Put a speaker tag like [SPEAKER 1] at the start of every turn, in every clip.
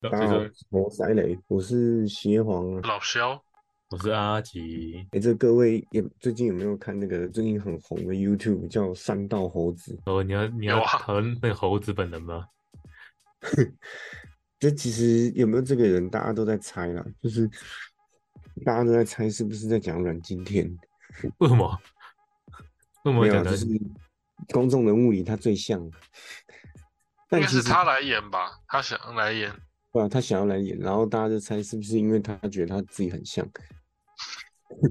[SPEAKER 1] 大
[SPEAKER 2] 这
[SPEAKER 1] 家好，
[SPEAKER 2] 个
[SPEAKER 1] 哦我是塞雷，我是邪皇啊。
[SPEAKER 2] 老肖，我是阿吉，
[SPEAKER 1] 哎，这各位也最近有没有看那个最近很红的 YouTube 叫三道猴子？
[SPEAKER 3] 哦，你要你
[SPEAKER 2] 有
[SPEAKER 3] 要
[SPEAKER 2] 啊
[SPEAKER 3] 讨论那个猴子本人吗？
[SPEAKER 1] 这其实有没有这个人，大家都在猜啦，就是大家都在猜是不是在讲阮经天？
[SPEAKER 3] 为什么？为什么
[SPEAKER 1] 没
[SPEAKER 3] 会
[SPEAKER 1] 有
[SPEAKER 3] 讲
[SPEAKER 1] 啊，
[SPEAKER 3] 的？
[SPEAKER 1] 就是公众人物里他最像。
[SPEAKER 2] 应
[SPEAKER 1] 但
[SPEAKER 2] 该
[SPEAKER 1] 其
[SPEAKER 2] 是
[SPEAKER 1] 实
[SPEAKER 2] 他来演吧？他想来演，
[SPEAKER 1] 对啊，他想要来演，然后大家就猜是不是因为他觉得他自己很像。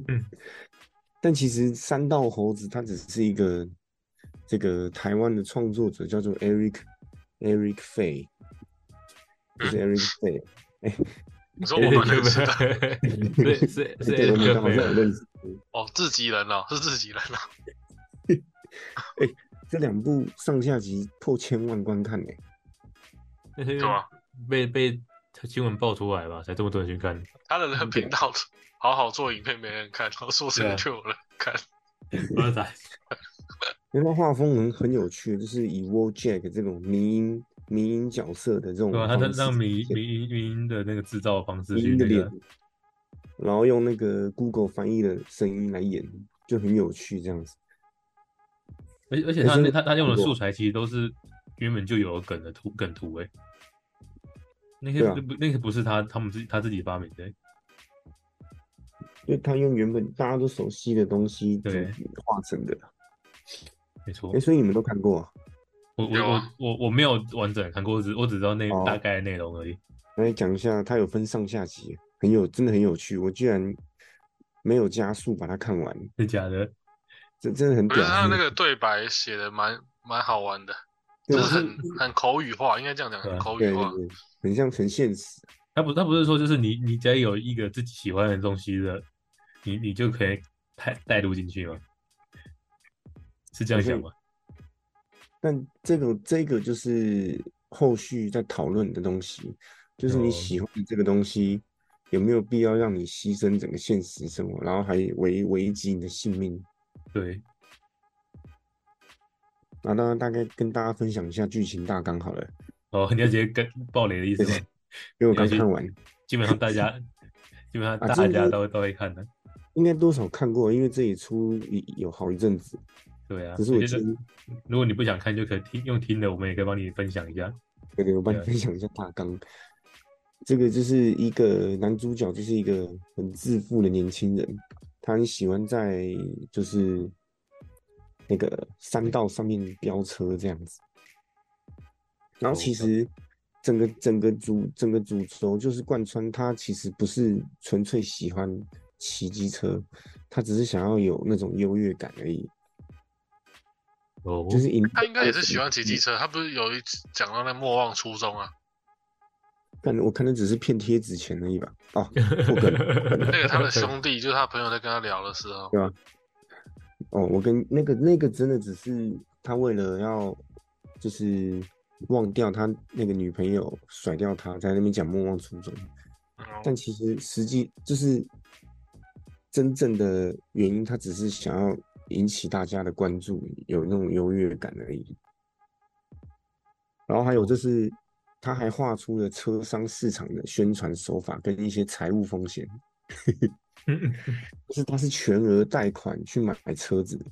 [SPEAKER 3] 嗯
[SPEAKER 1] 但其实三道猴子他只是一个这个台湾的创作者，叫做 Eric Eric Fay，就是
[SPEAKER 3] 嗯
[SPEAKER 1] Eric Fay，
[SPEAKER 2] 你说我们认识的
[SPEAKER 3] 是是是是
[SPEAKER 1] 对，我们
[SPEAKER 3] Eric
[SPEAKER 1] 刚好
[SPEAKER 3] Fay 啊
[SPEAKER 1] 像有认识。
[SPEAKER 2] 哦，自己人哦，是自己人哦，
[SPEAKER 1] 这两部上下集破千万观看呢、
[SPEAKER 3] 那是因
[SPEAKER 2] 对
[SPEAKER 3] 为
[SPEAKER 2] 吧？
[SPEAKER 3] 被被新闻爆出来吧，才这么多人去 看。
[SPEAKER 2] 他的那个频道好好做影片没人看，然后做成
[SPEAKER 1] 啊
[SPEAKER 2] 就有人看，
[SPEAKER 3] 哇塞，
[SPEAKER 1] 因为他画风很很有趣，就是以 w a l Jack 这种迷音迷音角色的这种
[SPEAKER 3] 对啊吧？他
[SPEAKER 1] 方
[SPEAKER 3] 在
[SPEAKER 1] 式
[SPEAKER 3] 让迷
[SPEAKER 1] 呈现
[SPEAKER 3] 迷迷音的那个制造方式
[SPEAKER 1] 迷
[SPEAKER 3] 去
[SPEAKER 1] 音的
[SPEAKER 3] 那
[SPEAKER 1] 脸
[SPEAKER 3] 个，，
[SPEAKER 1] 然后用那个 Google 翻译的声音来演，就很有趣这样子。
[SPEAKER 3] 而且而且
[SPEAKER 1] 可
[SPEAKER 3] 他
[SPEAKER 1] 是
[SPEAKER 3] 那他他用的
[SPEAKER 1] 如果
[SPEAKER 3] 素材其实都是原本就有的梗的图梗图哎，那
[SPEAKER 1] 对
[SPEAKER 3] 些
[SPEAKER 1] 啊
[SPEAKER 3] 不那些不是他他们自己他自己发明的欸，
[SPEAKER 1] 就他用原本大家都熟悉的东西组
[SPEAKER 3] 对
[SPEAKER 1] 画成的。
[SPEAKER 3] 没错
[SPEAKER 1] 哎、。所以你们都看过啊？
[SPEAKER 3] 我
[SPEAKER 2] 有
[SPEAKER 3] 我我
[SPEAKER 2] 啊
[SPEAKER 3] 我我没有完整看过，我只我只知道那
[SPEAKER 1] 哦
[SPEAKER 3] 大概的内容而已。
[SPEAKER 1] 来讲一下，它有分上下集，很有，真的很有趣。我居然没有加速把它看完，
[SPEAKER 3] 是假的，
[SPEAKER 1] 这真的很
[SPEAKER 2] 我
[SPEAKER 1] 屌
[SPEAKER 2] 觉得。他啊那个对白写的蛮蛮好玩的，
[SPEAKER 1] 对
[SPEAKER 2] 就
[SPEAKER 1] 啊
[SPEAKER 2] 是很很口语化，应该这样讲，
[SPEAKER 3] 对啊
[SPEAKER 2] 很口
[SPEAKER 1] 对
[SPEAKER 2] 语
[SPEAKER 1] 对
[SPEAKER 2] 化。
[SPEAKER 1] 对，很像很现实。
[SPEAKER 3] 他不他不是说就是你你只要有一个自己喜欢的东西的，你你就可以带带入进去吗？是这样讲吗？
[SPEAKER 1] 但这个这个就是后续在讨论的东西，就是你
[SPEAKER 3] 哦
[SPEAKER 1] 喜欢的这个东西有没有必要让你牺牲整个现实生活，然后还危危及你的性命？
[SPEAKER 3] 对，
[SPEAKER 1] 那当然，大概跟大家分享一下剧情大纲好了，
[SPEAKER 3] 哦，你要直接跟暴雷的意思吗？
[SPEAKER 1] 因为我
[SPEAKER 3] 了
[SPEAKER 1] 刚
[SPEAKER 3] 解
[SPEAKER 1] 看完，
[SPEAKER 3] 基本上大家基本上
[SPEAKER 1] 啊
[SPEAKER 3] 大
[SPEAKER 1] 这
[SPEAKER 3] 家
[SPEAKER 1] 个
[SPEAKER 3] 都都会看的，
[SPEAKER 1] 应该多少看过，因为这里出一有好一阵子，
[SPEAKER 3] 对啊。
[SPEAKER 1] 只是我
[SPEAKER 3] 觉得
[SPEAKER 1] 建议，
[SPEAKER 3] 如果你不想看，就可以听用听的，我们也可以帮你分享一下。
[SPEAKER 1] 对对，我帮你
[SPEAKER 2] 啊
[SPEAKER 3] 对
[SPEAKER 1] 分享一下大纲。这个就是一个男主角，就是一个很自负的年轻人，他很喜欢在就是那个山道上面飙车这样子。然后
[SPEAKER 3] 哦
[SPEAKER 1] 其
[SPEAKER 3] 了
[SPEAKER 1] 实整个整个主整个主轴就是贯穿他其实不是纯粹喜欢骑机车，他只是想要有那种优越感而已，
[SPEAKER 3] 哦，
[SPEAKER 1] 就是赢。
[SPEAKER 2] 他应该也是喜欢骑机车，他不是有一次讲到那莫忘初衷啊，
[SPEAKER 1] 但我看的只是骗贴纸钱而已吧？哦，破梗。
[SPEAKER 2] 那个他的兄弟就是他朋友在跟他聊的时候，
[SPEAKER 1] 哦，我跟那个那个真的只是他为了要就是忘掉他那个女朋友甩掉他，在那边讲莫忘初衷，但
[SPEAKER 2] 嗯，
[SPEAKER 1] 其实实际就是真正的原因，他只是想要引起大家的关注，有那种优越感而已。然后还有就是，他还画出了车商市场的宣传手法跟一些财务风险，就是他是全额贷款去买车子的，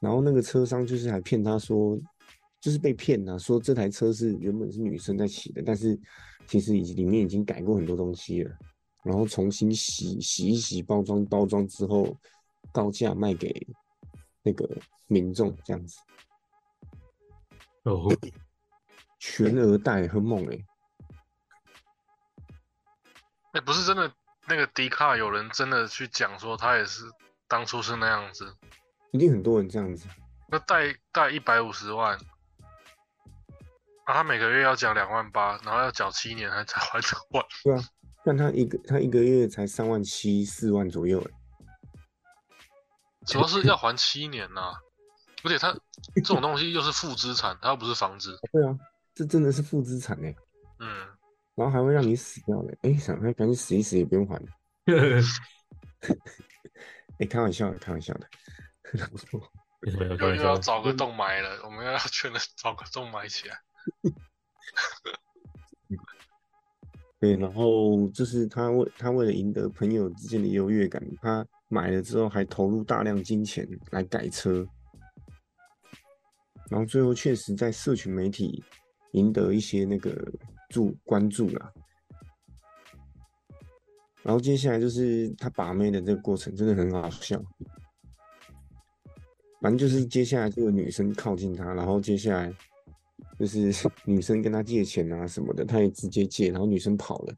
[SPEAKER 1] 然后那个车商就是还骗他说，就是被骗了、说这台车是原本是女生在骑的，但是其实已经里面已经改过很多东西了，然后重新洗洗一洗包装包装之后，高价卖给那个民众这样子，
[SPEAKER 3] 哦，
[SPEAKER 1] 全额贷很猛哎、
[SPEAKER 2] 那哎不是真的，那个迪卡有人真的去讲说他也是当初是那样子，
[SPEAKER 1] 一定很多人这样子，
[SPEAKER 2] 那贷贷一百五十万，啊，他每个月要缴两万八，然后要缴七年还才还得完，
[SPEAKER 1] 但他一个他一个月才三万七四万左右哎、
[SPEAKER 2] 主要是要还七年呐、而且他这种东西又是负资产，他又不是房子，
[SPEAKER 1] 对啊，这真的是负资产哎、
[SPEAKER 2] 嗯，
[SPEAKER 1] 然后还会让你死掉的。哎，想哎，赶紧死一死也不用还了。哎，开玩笑的，开玩笑的。
[SPEAKER 3] 为什么要开
[SPEAKER 2] 又
[SPEAKER 3] 玩
[SPEAKER 2] 又要
[SPEAKER 3] 笑？
[SPEAKER 2] 找个
[SPEAKER 1] 嗯
[SPEAKER 2] 洞埋了， 我们要劝人找个洞埋起来。
[SPEAKER 1] 对，然后就是他为他为了赢得朋友之间的优越感，他买了之后还投入大量金钱来改车，然后最后确实在社群媒体赢得一些那个注关注啦。然后接下来就是他把妹的这个过程真的很好笑，反正就是接下来这个女生靠近他，然后接下来就是 女生跟他借钱啊什么的，他也直接借，然后女生跑了。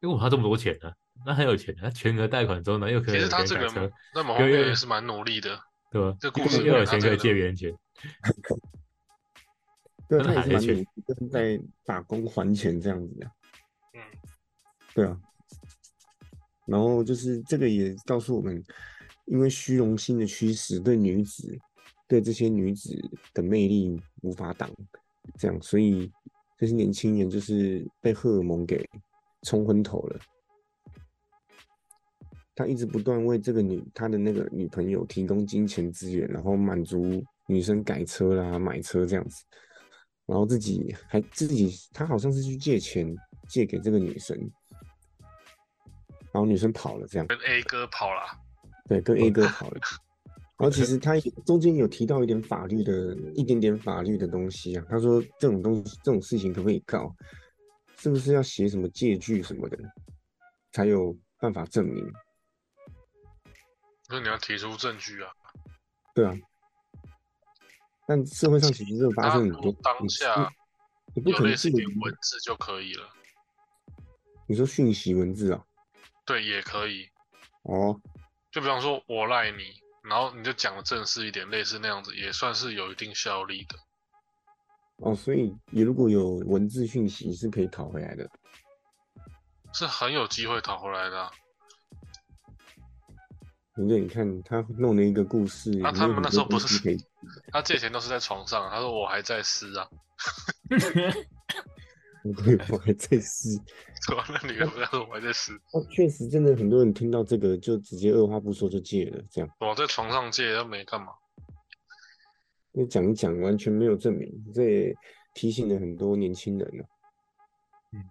[SPEAKER 3] 因为我他这么多钱呢、那很有钱，他全额贷款之后呢，又可以
[SPEAKER 2] 其实他
[SPEAKER 3] 给
[SPEAKER 2] 这
[SPEAKER 3] 人
[SPEAKER 2] 个
[SPEAKER 3] 改车，
[SPEAKER 2] 在某方面
[SPEAKER 3] 有有
[SPEAKER 2] 也是蛮努力的，
[SPEAKER 3] 对吧？
[SPEAKER 2] 这故事
[SPEAKER 3] 又
[SPEAKER 2] 里
[SPEAKER 3] 有
[SPEAKER 2] 面他
[SPEAKER 3] 钱
[SPEAKER 2] 这
[SPEAKER 3] 可以
[SPEAKER 2] 个
[SPEAKER 3] 借
[SPEAKER 2] 人
[SPEAKER 3] 别人钱，
[SPEAKER 1] 对
[SPEAKER 3] 真的
[SPEAKER 1] 啊，他也
[SPEAKER 3] 还
[SPEAKER 1] 是蛮
[SPEAKER 3] 是
[SPEAKER 1] 努力，就是在打工还钱这样子的、
[SPEAKER 2] 嗯，
[SPEAKER 1] 对啊。然后就是这个也告诉我们，因为虚荣心的驱使，对女子，对这些女子的魅力无法挡，这样，所以这些年轻人就是被荷尔蒙给冲昏头了。他一直不断为这个女他的那个女朋友提供金钱资源，然后满足女生改车啦、买车这样子，然后自己还自己他好像是去借钱借给这个女生，然后女生跑了这样，
[SPEAKER 2] 跟 A 哥跑了，
[SPEAKER 1] 对，
[SPEAKER 2] 哦
[SPEAKER 1] 跟 A 哥跑 了。然后其实他也中间有提到一点法律的一点点法律的东西啊，他说这种东西这种事情可不可以告，是不是要写什么借据什么的，才有办法证明？
[SPEAKER 2] 所以你要提出证据啊。
[SPEAKER 1] 对啊，但社会上其实是有发
[SPEAKER 2] 他
[SPEAKER 1] 生很
[SPEAKER 2] 如
[SPEAKER 1] 多
[SPEAKER 2] 果当下
[SPEAKER 1] 你不
[SPEAKER 2] 有
[SPEAKER 1] 可能
[SPEAKER 2] 类
[SPEAKER 1] 是
[SPEAKER 2] 似一
[SPEAKER 1] 你
[SPEAKER 2] 点文字就可以了，
[SPEAKER 1] 你说讯息文字啊？
[SPEAKER 2] 对，也可以。
[SPEAKER 1] 哦，
[SPEAKER 2] 就比方说我赖你，然后你就讲的正式一点，类似那样子，也算是有一定效力的。
[SPEAKER 1] 哦，所以你如果有文字讯息是可以讨回来的。
[SPEAKER 2] 是很有机会讨回来的啊、
[SPEAKER 1] 因为你看他弄了一个故事，
[SPEAKER 2] 那
[SPEAKER 1] 里
[SPEAKER 2] 他
[SPEAKER 1] 面很
[SPEAKER 2] 们那
[SPEAKER 1] 多
[SPEAKER 2] 时候
[SPEAKER 1] 东
[SPEAKER 2] 不
[SPEAKER 1] 西
[SPEAKER 2] 是
[SPEAKER 1] 可以，
[SPEAKER 2] 他借钱都是在床上，他说我还在撕啊，
[SPEAKER 1] 我还在试。
[SPEAKER 2] 对吧？那女的不在说我还在撕，
[SPEAKER 1] 哦，确实，真的很多人听到这个就直接二话不说就戒了，这样
[SPEAKER 2] 我在床上借又没干嘛，
[SPEAKER 1] 因为讲一讲完全没有证明，这也提醒了很多年轻人了、
[SPEAKER 3] 嗯，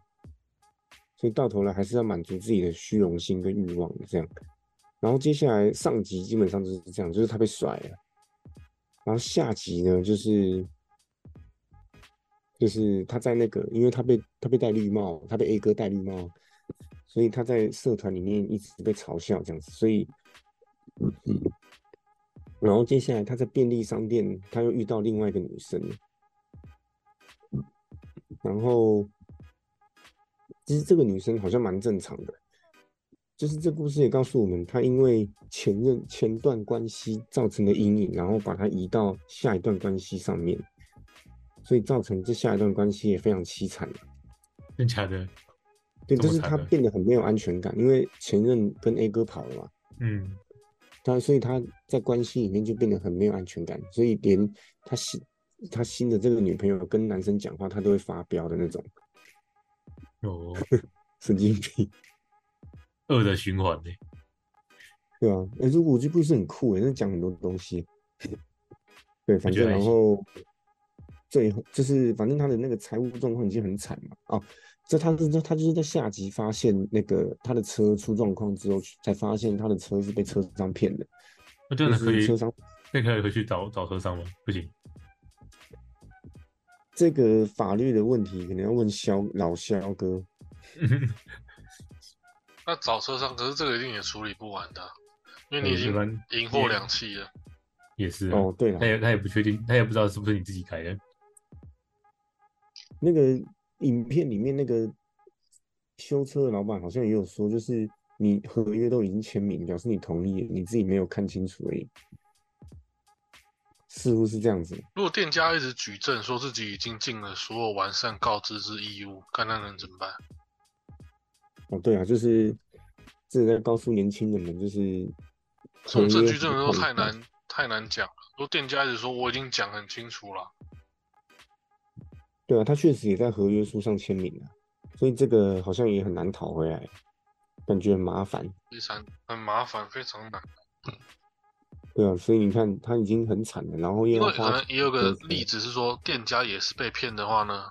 [SPEAKER 1] 所以到头来还是要满足自己的虚荣心跟欲望这样。然后接下来上集基本上就是这样，就是他被甩了，然后下集呢就是就是他在那个，因为他被他被戴绿帽，他被 A 哥戴绿帽，所以他在社团里面一直被嘲笑这样子，所以，然后接下来他在便利商店，他又遇到另外一个女生，然后其实这个女生好像蛮正常的，就是这故事也告诉我们，她因为前任前段关系造成的阴影，然后把它移到下一段关系上面，所以造成这下一段关系也非常凄惨。
[SPEAKER 3] 真假的？
[SPEAKER 1] 对，
[SPEAKER 3] 这
[SPEAKER 1] 就
[SPEAKER 3] 么
[SPEAKER 1] 是
[SPEAKER 3] 惨
[SPEAKER 1] 她
[SPEAKER 3] 的
[SPEAKER 1] 变得很没有安全感，因为前任跟 A 哥跑了嘛，
[SPEAKER 3] 嗯，
[SPEAKER 1] 他所以他在关系里面就变得很没有安全感，所以连他新他新的这个女朋友跟男生讲话，他都会发飙的那种
[SPEAKER 3] 有
[SPEAKER 1] 神经病，
[SPEAKER 3] 哦恶的循环呢、
[SPEAKER 1] 对啊，哎、如果我这故事很酷欸诶，那讲很多东西，对，反
[SPEAKER 3] 觉
[SPEAKER 1] 正
[SPEAKER 3] 得还
[SPEAKER 1] 然
[SPEAKER 3] 行
[SPEAKER 1] 后最后就是反正他的那个财务状况已经很惨嘛，哦，这他是他就是在下集发现那个他的车出状况之后，才发现他的车是被车商骗的，
[SPEAKER 3] 那这
[SPEAKER 1] 就
[SPEAKER 3] 样子可
[SPEAKER 1] 是
[SPEAKER 3] 以
[SPEAKER 1] 车，商
[SPEAKER 3] 那可以回去找找车商吗？不行，
[SPEAKER 1] 这个法律的问题可能要问肖老肖哥。
[SPEAKER 2] 那找车商，可是这个一定也处理不完的啊、因为你已
[SPEAKER 3] 一
[SPEAKER 2] 经
[SPEAKER 3] 般
[SPEAKER 2] 赢货两气了。
[SPEAKER 3] 也是啊
[SPEAKER 1] 哦，对了
[SPEAKER 2] 哎
[SPEAKER 3] 他，也他也不确定，他也不知道是不是你自己改的。
[SPEAKER 1] 那个影片里面那个修车的老板好像也有说，就是你合约都已经签名，表示你同意了，你自己没有看清楚而已，似乎是这样子。
[SPEAKER 2] 如果店家一直举证说自己已经尽了所有完善告知之义务，看那能怎么办？
[SPEAKER 1] 哦，对啊，就是这在告诉年轻人们，就是
[SPEAKER 2] 这种证
[SPEAKER 1] 合约
[SPEAKER 2] 据真的
[SPEAKER 1] 很
[SPEAKER 2] 都
[SPEAKER 1] 重
[SPEAKER 2] 太
[SPEAKER 1] 要
[SPEAKER 2] 难太难讲了。如果店家一直说我已经讲很清楚了，
[SPEAKER 1] 对啊，他确实也在合约书上签名啊，所以这个好像也很难讨回来，感觉很麻烦。
[SPEAKER 2] 非常很麻烦，非常难。
[SPEAKER 1] 对啊，所以你看他已经很惨了，然后又
[SPEAKER 2] 因
[SPEAKER 1] 要
[SPEAKER 2] 为
[SPEAKER 1] 花
[SPEAKER 2] 可能也有个
[SPEAKER 1] 对
[SPEAKER 2] 例子是说，店家也是被骗的话呢，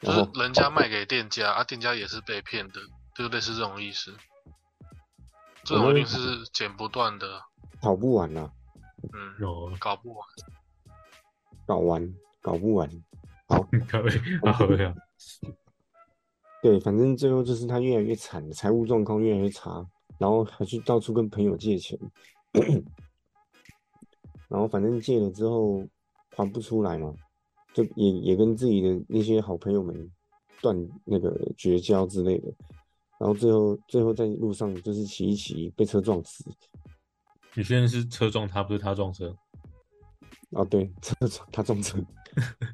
[SPEAKER 2] 就
[SPEAKER 1] 然
[SPEAKER 2] 是
[SPEAKER 1] 后
[SPEAKER 2] 人家卖给店家啊，店家也是被骗的，就类似这种意思。这种一定是剪不断的，
[SPEAKER 1] 跑不完啊啦、
[SPEAKER 2] 嗯，
[SPEAKER 3] 哦，
[SPEAKER 2] 搞不完。
[SPEAKER 1] 搞完搞不完。
[SPEAKER 3] 各位，好呀，
[SPEAKER 1] 对，反正最后就是他越来越惨，财务状况越来越差，然后还去到处跟朋友借钱， 然后反正借了之后还不出来嘛，就也也跟自己的那些好朋友们断那个绝交之类的，然后最后最后在路上就是骑一骑被车撞死，
[SPEAKER 3] 有些人是车撞他，不是他撞车。
[SPEAKER 1] 啊，对，车撞他撞车，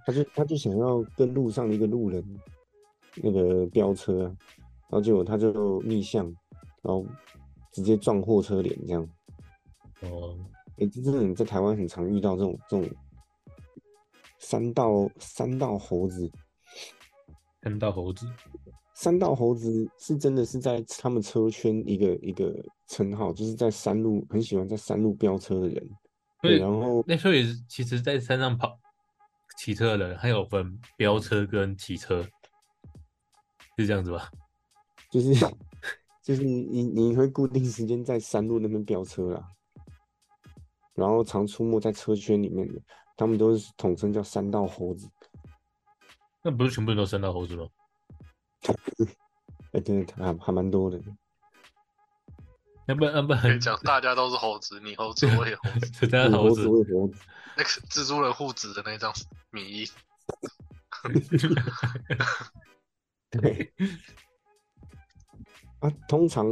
[SPEAKER 1] 他就他就想要跟路上的一个路人那个飙车啊，然后结果他就逆向，然后直接撞货车脸这样。
[SPEAKER 3] 哦，
[SPEAKER 1] 哎、这真的你在台湾很常遇到这种这种三道三道猴子，
[SPEAKER 3] 看到猴子，
[SPEAKER 1] 三道猴子是真的是在他们车圈一个一个称号，就是在山路很喜欢在山路飙车的人。
[SPEAKER 3] 所
[SPEAKER 1] 对，
[SPEAKER 3] 以
[SPEAKER 1] 然后
[SPEAKER 3] 那所以其实，在山上跑骑车的人，还有分飙车跟骑车，是这样子吧？
[SPEAKER 1] 就是就是你你会固定时间在山路那边飙车啦，然后常出没在车圈里面的，他们都是统称叫山道猴子。
[SPEAKER 3] 那不是全部人都山道猴子吗？
[SPEAKER 1] 哎、对，还还蛮多的。
[SPEAKER 3] 要不然，要不
[SPEAKER 2] 可以
[SPEAKER 3] 然，
[SPEAKER 2] 讲大家都是猴子，你猴子我也猴子，
[SPEAKER 3] 这山道
[SPEAKER 1] 猴
[SPEAKER 3] 猴子
[SPEAKER 1] 我也猴子，
[SPEAKER 2] 那个蜘蛛人护子的那张米衣，
[SPEAKER 1] 对。啊，通常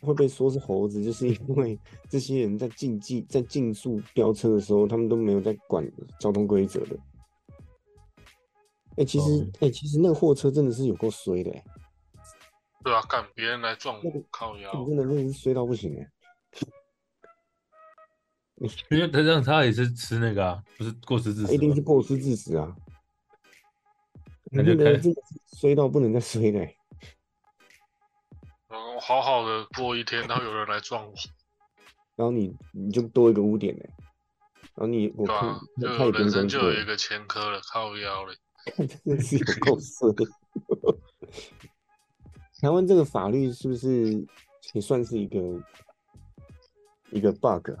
[SPEAKER 1] 会被说是猴子，就是因为这些人在竞技、在竞速飙车的时候，他们都没有在管交通规则的。哎、其实，
[SPEAKER 3] 哦
[SPEAKER 1] 哎、其实那个货车真的是有够衰的、欸，
[SPEAKER 2] 对啊，干别人来撞
[SPEAKER 1] 那个
[SPEAKER 2] 我，靠腰，
[SPEAKER 1] 真的真的是衰到不行哎、
[SPEAKER 3] 因为他让他也是吃那个啊，不是过失致
[SPEAKER 1] 他
[SPEAKER 3] 死
[SPEAKER 1] 一定
[SPEAKER 3] 吗
[SPEAKER 1] 是过失致死啊！
[SPEAKER 3] 那
[SPEAKER 1] 那
[SPEAKER 3] 就
[SPEAKER 1] 个
[SPEAKER 3] 开
[SPEAKER 1] 真的是衰到不能再衰的、欸，
[SPEAKER 2] 然后好好的过一天，然后有人来撞我，
[SPEAKER 1] 然后你你就多一个污点哎、然后你我
[SPEAKER 2] 对
[SPEAKER 1] 看
[SPEAKER 2] 啊，
[SPEAKER 1] 他
[SPEAKER 2] 就
[SPEAKER 1] 他也
[SPEAKER 2] 有
[SPEAKER 1] 不用
[SPEAKER 2] 人生
[SPEAKER 1] 工
[SPEAKER 2] 就
[SPEAKER 1] 作
[SPEAKER 2] 有
[SPEAKER 1] 了
[SPEAKER 2] 一个前科了，靠腰嘞，
[SPEAKER 1] 真的是有够色。 台湾这个法律是不是也算是一个一个 bug？啊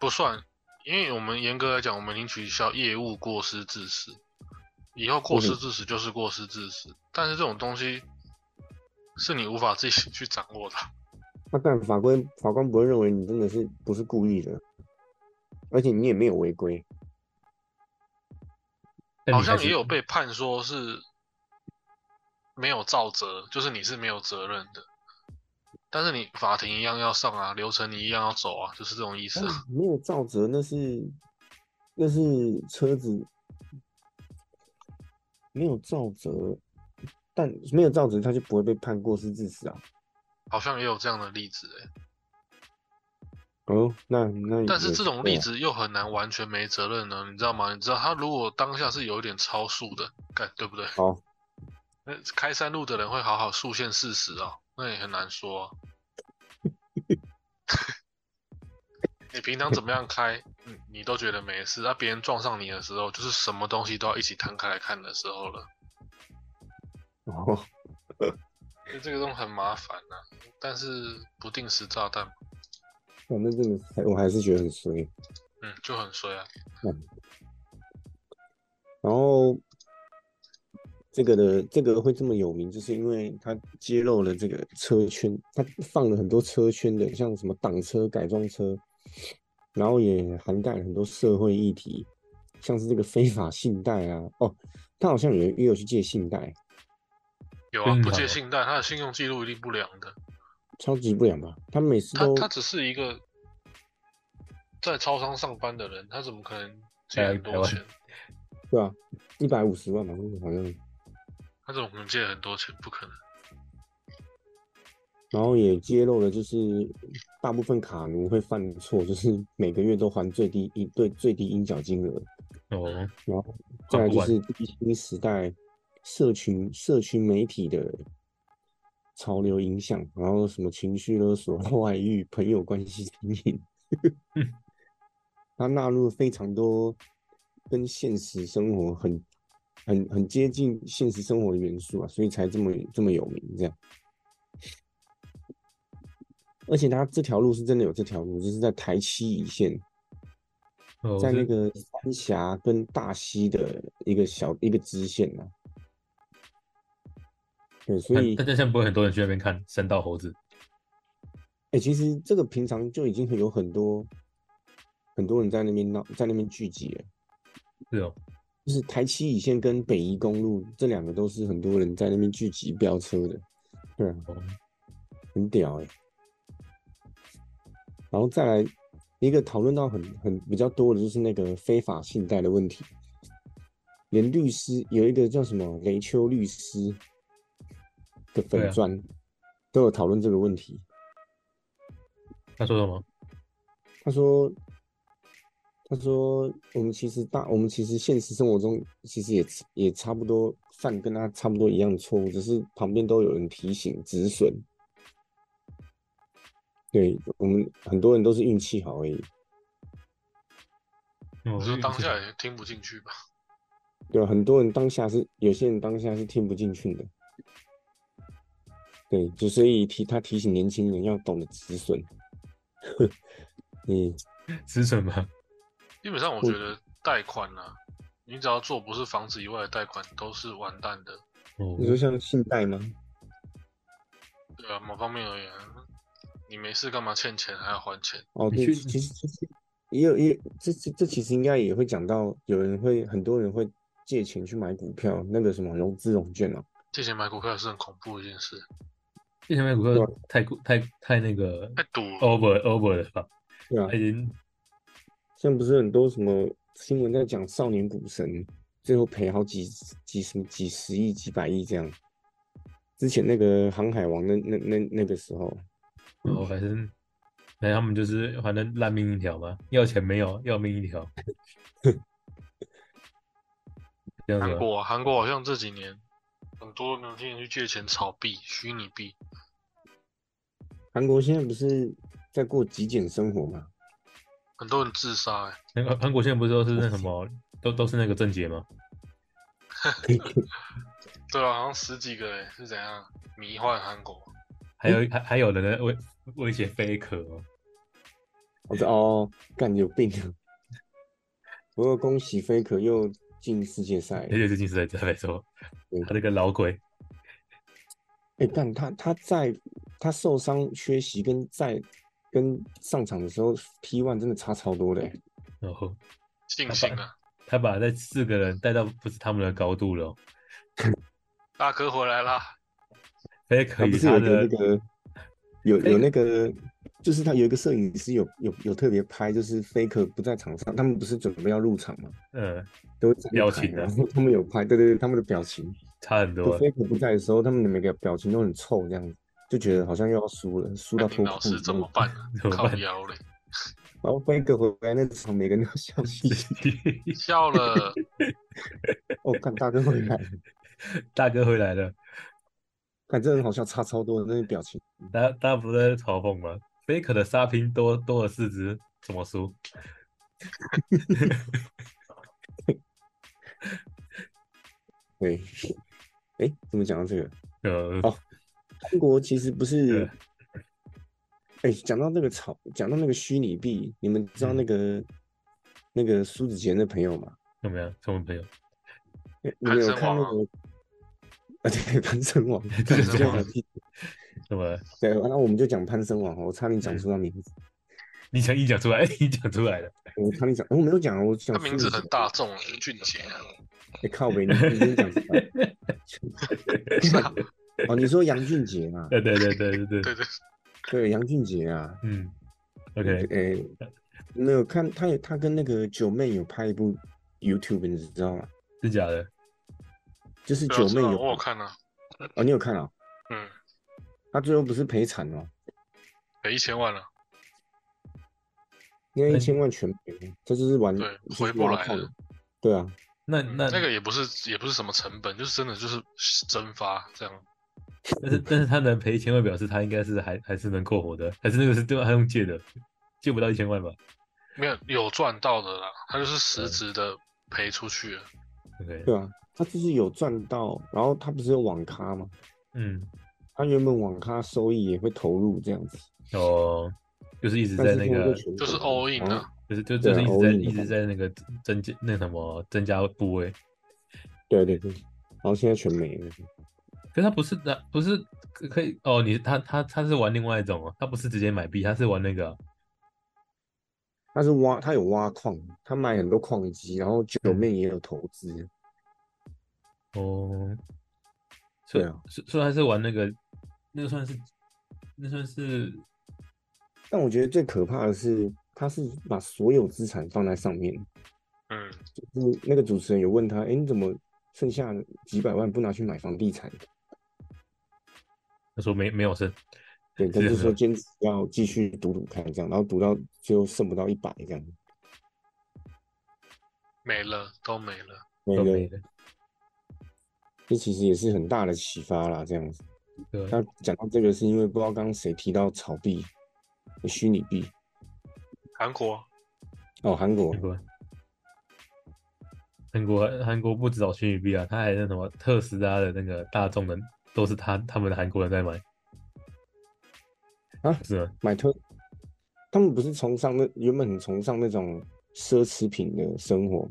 [SPEAKER 2] 不算，因为我们严格来讲，我们已经取消业务过失致死，以后过
[SPEAKER 3] 嗯
[SPEAKER 2] 失致死就是过失致死，但是这种东西是你无法自己 去掌握的啊，
[SPEAKER 1] 那但法官法官不会认为你真的是不是故意的，而且你也没有违规。
[SPEAKER 3] 但
[SPEAKER 2] 好
[SPEAKER 3] 你还
[SPEAKER 2] 像
[SPEAKER 3] 是
[SPEAKER 2] 也有被判说是没有造责，就是你是没有责任的，但是你法庭一样要上啊，流程你一样要走啊，就是这种意思
[SPEAKER 1] 但
[SPEAKER 3] 嗯
[SPEAKER 2] 啊。
[SPEAKER 1] 没有照责，那是那是车子没有照责，但没有照责他就不会被判过失致死啊。
[SPEAKER 2] 好像也有这样的例子欸诶、
[SPEAKER 1] 哦，那那
[SPEAKER 2] 但是
[SPEAKER 1] 也
[SPEAKER 2] 这种
[SPEAKER 1] 对
[SPEAKER 2] 例
[SPEAKER 1] 啊
[SPEAKER 2] 子又很难完全没责任呢，你知道吗？你知道他如果当下是有一点超速的，干对不对？
[SPEAKER 1] 好，
[SPEAKER 2] 那开山路的人会好好速现事实哦，那也很难说、啊。 你平常怎么样开，你你都觉得没事，那、别人撞上你的时候，就是什么东西都要一起摊开来看的时候了，
[SPEAKER 1] 哦，
[SPEAKER 2] 所以这个东西很麻烦呐、但是不定时炸弹嘛，
[SPEAKER 1] 反正真的是，我还是觉得很衰。
[SPEAKER 2] 嗯，就很衰啊。
[SPEAKER 1] 然后这个的这个会这么有名，就是因为它揭露了这个车圈，它放了很多车圈的，像什么挡车、改装车，然后也涵盖了很多社会议题，像是这个非法信贷啊，哦，他好像也也有去借信贷，
[SPEAKER 2] 有
[SPEAKER 3] 真
[SPEAKER 2] 啊，
[SPEAKER 3] 的
[SPEAKER 2] 不借
[SPEAKER 3] 哦
[SPEAKER 2] 信贷，他的信用记录一定不良的。
[SPEAKER 1] 超级不良吧？他每次
[SPEAKER 2] 他
[SPEAKER 1] 都
[SPEAKER 2] 他只是一个在超商上班的人，他怎么可能借
[SPEAKER 3] 在
[SPEAKER 2] 很
[SPEAKER 3] 台
[SPEAKER 2] 多
[SPEAKER 3] 湾
[SPEAKER 2] 钱？
[SPEAKER 1] 对吧、啊？一百五十万吧，好像，
[SPEAKER 2] 他怎么可能借很多钱？不可能。
[SPEAKER 1] 然后也揭露了，就是大部分卡奴会犯错，就是每个月都还最低一对最低应缴金额，
[SPEAKER 3] 哦，
[SPEAKER 1] 然后
[SPEAKER 3] 还
[SPEAKER 1] 再来
[SPEAKER 3] 不
[SPEAKER 1] 就
[SPEAKER 3] 完
[SPEAKER 1] 是第新时代社群社群媒体的潮流影响，然后什么情绪勒索、外遇、朋友关系经 营，
[SPEAKER 3] 嗯
[SPEAKER 1] 他纳入了非常多跟现实生活很很很接近现实生活的元素啊，所以才这么这么有名这样。而且它这条路是真的有这条路，就是在台七一线，
[SPEAKER 3] 哦，
[SPEAKER 1] 在那
[SPEAKER 3] 这
[SPEAKER 1] 个三峡跟大溪的一个小一个支线呢、啊。对，所
[SPEAKER 3] 但
[SPEAKER 1] 以
[SPEAKER 3] 但但现在不会很多人去那边看山道猴子，
[SPEAKER 1] 哎、欸其实这个平常就已经有很多很多人在那边闹，在那边聚集了。
[SPEAKER 3] 是哦，
[SPEAKER 1] 就是台七乙线跟北宜公路这两个都是很多人在那边聚集飙车的，对啊，
[SPEAKER 3] 哦
[SPEAKER 1] 很屌哎、然后再来一个讨论到很很比较多的就是那个非法信贷的问题，连律师有一个叫什么雷秋律师的
[SPEAKER 3] 对
[SPEAKER 1] 粉
[SPEAKER 3] 啊
[SPEAKER 1] 砖、都有讨论这个问题。
[SPEAKER 3] 他说什么？
[SPEAKER 1] 他说：“他说我们其实大，我们其实现实生活中其实也也差不多犯跟他差不多一样的错误，只是旁边都有人提醒止损。对我们很多人都是运气好而已，
[SPEAKER 3] 我哦
[SPEAKER 2] 我 说当下也听不进去吧。
[SPEAKER 1] 对啊，很多人当下是有些人当下是听不进去的。对，就所以提他提醒年轻人要懂得止损。 嗯，
[SPEAKER 3] 止损吧，
[SPEAKER 2] 基本上我觉得贷款啊，你只要做不是房子以外的贷款，都是完蛋的。
[SPEAKER 3] 哦
[SPEAKER 1] 你，说像信贷吗？
[SPEAKER 2] 对啊，某方面而言，你没事干嘛欠钱还要还钱？
[SPEAKER 1] 哦，
[SPEAKER 3] 你
[SPEAKER 1] 对，
[SPEAKER 3] 去
[SPEAKER 1] 其实其实也有也有这这这其实应该也会讲到，有人会很多人会借钱去买股票，那个什么融资融券啊，
[SPEAKER 2] 借钱买股票是很恐怖的一件事，
[SPEAKER 3] 之前买股票
[SPEAKER 1] 对啊
[SPEAKER 3] 太过太太那个
[SPEAKER 2] 太赌了。
[SPEAKER 3] over over 了吧？
[SPEAKER 1] 对啊
[SPEAKER 3] 他，已经
[SPEAKER 1] 像不是很多什么新闻在讲少年股神最后赔好几几十几十亿几百亿这样，之前那个航海王那那那那个时候，
[SPEAKER 3] 哦，反正反正他们就是反正烂命一条嘛，要钱没有，要命一条，这样子
[SPEAKER 2] 韩
[SPEAKER 3] 吧。
[SPEAKER 2] 国啊、韩国好像这几年很多年轻人去借钱炒币、虚拟币，
[SPEAKER 1] 韩国现在不是在过极简生活嘛，
[SPEAKER 2] 很多人自杀、欸。
[SPEAKER 3] 那个韩国现在不是都是那什么，都都是那个症结吗？
[SPEAKER 2] 对啊，好像十几个哎、是怎样迷幻韩国？
[SPEAKER 3] 还
[SPEAKER 1] 嗯
[SPEAKER 3] 有还还有人在威威胁飞壳哦，
[SPEAKER 1] 我说哦，干有病啊！ 不过恭喜飞可又进世界赛了
[SPEAKER 3] 而。且最近是在在北说
[SPEAKER 1] 对
[SPEAKER 3] 他那个老鬼，
[SPEAKER 1] 哎、但他他在他受伤缺席跟在跟上场的时候 P one 真的差超多的、欸，
[SPEAKER 3] 然后
[SPEAKER 2] 庆幸啊，
[SPEAKER 3] 他把那四个人带到不是他们的高度了哦，
[SPEAKER 2] 大哥回来啦！
[SPEAKER 3] 飞壳
[SPEAKER 1] 他不
[SPEAKER 3] 与
[SPEAKER 1] 是有
[SPEAKER 3] 他
[SPEAKER 1] 一个
[SPEAKER 3] 的
[SPEAKER 1] 那个有
[SPEAKER 3] 哎
[SPEAKER 1] 有那个，就是他有一个摄影师有有有特别拍，就是 Faker 不在场上，他们不是准备要入场嘛，
[SPEAKER 3] 嗯
[SPEAKER 1] 都会站
[SPEAKER 3] 表
[SPEAKER 1] 台
[SPEAKER 3] 情啊啊
[SPEAKER 1] 然后他们有拍，对对对，他们的表情，
[SPEAKER 3] 差很
[SPEAKER 1] 就
[SPEAKER 3] 多了，？
[SPEAKER 1] Faker 不在的时候，他们的每个表情都很臭，这样子就觉得好像又要输了，输
[SPEAKER 2] 那
[SPEAKER 1] 到
[SPEAKER 2] 你
[SPEAKER 1] 脱
[SPEAKER 2] 老
[SPEAKER 1] 裤子
[SPEAKER 2] 师怎
[SPEAKER 1] 那
[SPEAKER 2] 么
[SPEAKER 1] 种
[SPEAKER 2] 办、啊
[SPEAKER 3] 怎么
[SPEAKER 2] 靠
[SPEAKER 3] 办
[SPEAKER 2] 腰嘞，
[SPEAKER 1] 然后 Faker 回来那场，每个人都 笑嘻嘻，
[SPEAKER 2] 笑了。
[SPEAKER 1] 哦，看大哥回来了，
[SPEAKER 3] 大哥回来了，
[SPEAKER 1] 看这人好像差超多的那个表情。
[SPEAKER 3] 大家大家不是在嘲讽吗？飞壳的沙拼多多了四只，怎么输？
[SPEAKER 1] 对，哎、怎么讲到这个？
[SPEAKER 3] 呃，
[SPEAKER 1] 哦韩国其实不是
[SPEAKER 3] 对，
[SPEAKER 1] 哎、讲到那个炒，讲到那个虚拟币，你们知道那个、那个苏子杰那朋友吗？
[SPEAKER 3] 怎么样？什么朋友？
[SPEAKER 1] 哎你们有
[SPEAKER 2] 潘森
[SPEAKER 1] 看那
[SPEAKER 2] 王啊
[SPEAKER 1] 个？啊， 对，潘森王，
[SPEAKER 3] 潘
[SPEAKER 2] 森王
[SPEAKER 3] 怎么？
[SPEAKER 1] 对，那我们就讲潘森王哦，我差点讲出他名字，
[SPEAKER 3] 你讲一讲出来，你讲出来了，
[SPEAKER 1] 我差点讲，我没有讲啊，我讲
[SPEAKER 2] 他
[SPEAKER 1] 苏
[SPEAKER 2] 名字
[SPEAKER 1] 子
[SPEAKER 2] 很
[SPEAKER 1] 杰，
[SPEAKER 2] 大众，俊杰啊，
[SPEAKER 1] 哎、靠北，你你先讲出来
[SPEAKER 2] 是啊，
[SPEAKER 1] 哦，你说杨俊杰嘛？
[SPEAKER 3] 对对对对对对，
[SPEAKER 2] 对对，
[SPEAKER 1] 对，杨俊杰啊，
[SPEAKER 3] 嗯，OK，
[SPEAKER 1] 哎、没有看，他有他跟那个九妹有拍一部 YouTube，你知道吗？
[SPEAKER 3] 是假的，
[SPEAKER 1] 就是
[SPEAKER 2] 对啊
[SPEAKER 1] 九
[SPEAKER 2] 知
[SPEAKER 1] 妹
[SPEAKER 2] 道
[SPEAKER 1] 有
[SPEAKER 2] 我有看啊，
[SPEAKER 1] 哦，你有看啊、
[SPEAKER 2] 嗯，
[SPEAKER 1] 他最后不是赔惨哦，
[SPEAKER 2] 赔一千万了，
[SPEAKER 1] 因为
[SPEAKER 3] 哎
[SPEAKER 1] 一千万全赔，这就是玩
[SPEAKER 2] 对
[SPEAKER 1] 就是
[SPEAKER 2] 回不
[SPEAKER 1] 挖
[SPEAKER 2] 来
[SPEAKER 1] 矿
[SPEAKER 2] 了
[SPEAKER 1] 对啊，
[SPEAKER 3] 那
[SPEAKER 2] 嗯
[SPEAKER 3] 那
[SPEAKER 2] 那个也不是也不是什么成本，就是真的就是蒸发这样，
[SPEAKER 3] 但是但是他能赔一千万，表示他应该是还还是能过活的，还是那个是对他用借的，借不到一千万吧？
[SPEAKER 2] 没有有赚到的啦，他就是实质的赔出去了，
[SPEAKER 3] OK，
[SPEAKER 1] 对啊，他就是有赚到，然后他不是有网咖吗？
[SPEAKER 3] 嗯，
[SPEAKER 1] 他原本网咖收益也会投入这样子，
[SPEAKER 3] 哦，就是一直
[SPEAKER 1] 但
[SPEAKER 3] 在
[SPEAKER 1] 是
[SPEAKER 3] 那
[SPEAKER 1] 现在
[SPEAKER 3] 个，
[SPEAKER 1] 全
[SPEAKER 2] 就是
[SPEAKER 1] 国
[SPEAKER 2] all in 啊，
[SPEAKER 3] 就是就
[SPEAKER 1] 对
[SPEAKER 3] 就是
[SPEAKER 1] 啊
[SPEAKER 3] 一直
[SPEAKER 1] 偶
[SPEAKER 3] 在
[SPEAKER 1] 尔
[SPEAKER 3] 一
[SPEAKER 1] 你
[SPEAKER 3] 直
[SPEAKER 1] 看
[SPEAKER 3] 在那个增加那什么增加部位，
[SPEAKER 1] 对对对，然后现在全没了，
[SPEAKER 3] 可是他不是的，不是可可以哦，你他他他是玩另外一种哦，他不是直接买币，他是玩那个
[SPEAKER 1] 他是挖，他有挖矿，他买很多矿机，然后九
[SPEAKER 2] 嗯
[SPEAKER 1] 妹也有投资，
[SPEAKER 3] 哦，所以
[SPEAKER 1] 对啊
[SPEAKER 3] 所以所以他是玩那个那个算是那算是
[SPEAKER 1] 但我觉得最可怕的是，他是把所有资产放在上面。
[SPEAKER 2] 嗯，
[SPEAKER 1] 就是那个主持人有问他，哎、你怎么剩下几百万不拿去买房地产？
[SPEAKER 3] 他说没没有剩，
[SPEAKER 1] 对，他就是说坚持要继续赌赌看这样，然后赌到最后剩不到一百这样，
[SPEAKER 2] 没了，都没了。
[SPEAKER 1] 那
[SPEAKER 3] 都没
[SPEAKER 1] 个
[SPEAKER 3] 了，
[SPEAKER 1] 这其实也是很大的启发啦。这样子，
[SPEAKER 3] 对啊
[SPEAKER 1] 那讲到这个是因为不知道刚刚谁提到炒币、虚拟币
[SPEAKER 2] 韩国
[SPEAKER 1] 哦，韩国
[SPEAKER 3] 韩国，韩国韩国不止找虚拟币啊，他还那什么特斯拉的那个大众的都是他他们的韩国人在买
[SPEAKER 1] 啊
[SPEAKER 3] 是吗？
[SPEAKER 1] 买特，他们不是崇尚那原本很崇尚那种奢侈品的生活吗，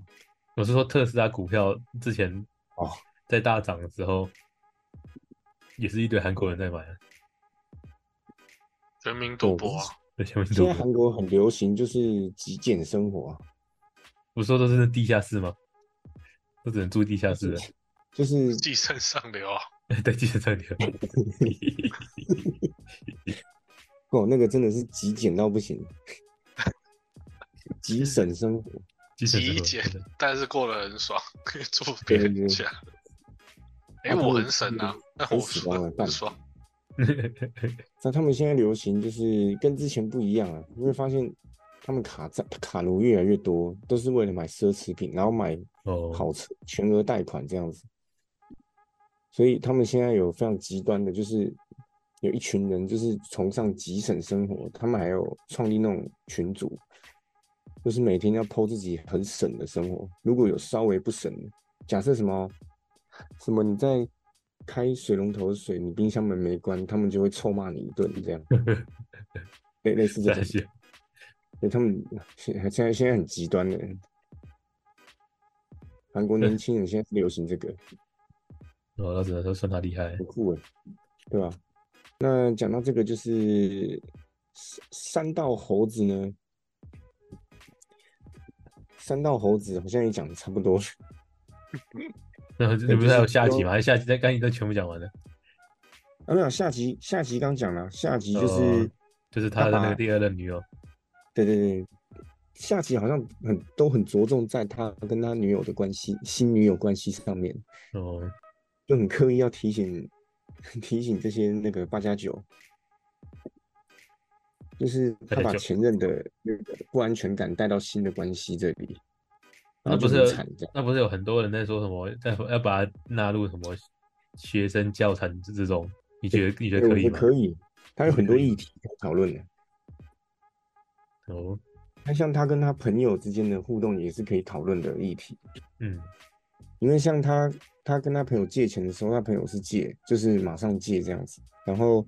[SPEAKER 3] 我是说特斯拉股票之前
[SPEAKER 1] 哦
[SPEAKER 3] 在大涨的时候，也是一堆韩国人在买啊，
[SPEAKER 2] 全民赌博、啊，
[SPEAKER 3] 在前面
[SPEAKER 1] 现
[SPEAKER 3] 走
[SPEAKER 1] 在韩国很流行就是极简生活、啊，
[SPEAKER 3] 不是说都是地下室吗？都只能住地下室了，
[SPEAKER 1] 就是
[SPEAKER 2] 寄生上流啊，
[SPEAKER 3] 对，地下室里面
[SPEAKER 1] 哦，那个真的是极简到不行，极省生活。
[SPEAKER 3] 地下室
[SPEAKER 2] 极
[SPEAKER 3] 里面
[SPEAKER 2] 简
[SPEAKER 3] 真的，
[SPEAKER 2] 但是过得很爽， 可以住别人家。哎、
[SPEAKER 1] 啊
[SPEAKER 2] 我
[SPEAKER 1] 他们
[SPEAKER 2] 很省啊，但
[SPEAKER 1] 很
[SPEAKER 2] 我
[SPEAKER 1] 死
[SPEAKER 2] 爽
[SPEAKER 1] 亡了
[SPEAKER 2] 很
[SPEAKER 1] 但
[SPEAKER 2] 爽。
[SPEAKER 1] 那他们现在流行就是跟之前不一样啊，你会发现他们卡债卡奴越来越多，都是为了买奢侈品，然后买
[SPEAKER 3] 哦，
[SPEAKER 1] 好车，全额贷款这样子。所以他们现在有非常极端的，就是有一群人就是崇尚极省生活，他们还有创立那种群组，就是每天要剖自己很省的生活。如果有稍微不省的，假设什么什么你在开水龙头的水，你冰箱门没关，他们就会臭骂你一顿，这样类类似这
[SPEAKER 3] 在
[SPEAKER 1] 种。
[SPEAKER 3] 线，
[SPEAKER 1] 对，他们现现在现在很极端的，韩国年轻人现在流行这个，
[SPEAKER 3] 哦，那只能说算他厉害。
[SPEAKER 1] 很酷诶，对吧？那讲到这个，就是三三道猴子呢，三道猴子好像也讲的差不多了，
[SPEAKER 3] 那这
[SPEAKER 1] 对
[SPEAKER 3] 不
[SPEAKER 1] 就是
[SPEAKER 3] 还有
[SPEAKER 1] 是
[SPEAKER 3] 下集
[SPEAKER 1] 说
[SPEAKER 3] 吗？还是下集再刚你都全部讲完了，
[SPEAKER 1] 啊，没有下集下集刚讲了，下集就是、
[SPEAKER 3] 哦就是他
[SPEAKER 1] 他
[SPEAKER 3] 的那个
[SPEAKER 1] 把
[SPEAKER 3] 第二任女友，
[SPEAKER 1] 对对对，下集好像很都很着重在他跟他女友的关系，新女友关系上面。
[SPEAKER 3] 哦，
[SPEAKER 1] 就很刻意要提醒 提醒这些那个八加九，就是
[SPEAKER 3] 八
[SPEAKER 1] 他
[SPEAKER 3] 加
[SPEAKER 1] 把
[SPEAKER 3] 九
[SPEAKER 1] 前任的那个不安全感带到新的关系这里，
[SPEAKER 3] 那
[SPEAKER 1] 然后
[SPEAKER 3] 不
[SPEAKER 1] 就是很
[SPEAKER 3] 有
[SPEAKER 1] 惨这样。
[SPEAKER 3] 那不是有很多人在说什么，在要把它纳入什么学生教材这这种？你觉得你觉得
[SPEAKER 1] 对
[SPEAKER 3] 可以
[SPEAKER 1] 我觉得
[SPEAKER 3] 吗？
[SPEAKER 1] 可以，他有很多
[SPEAKER 3] 可以
[SPEAKER 1] 议题可以讨论的。
[SPEAKER 3] 哦，
[SPEAKER 1] 那像他跟他朋友之间的互动也是可以讨论的议题，
[SPEAKER 3] 嗯，
[SPEAKER 1] 因为像他他跟他朋友借钱的时候，他朋友是借，就是马上借这样子。然后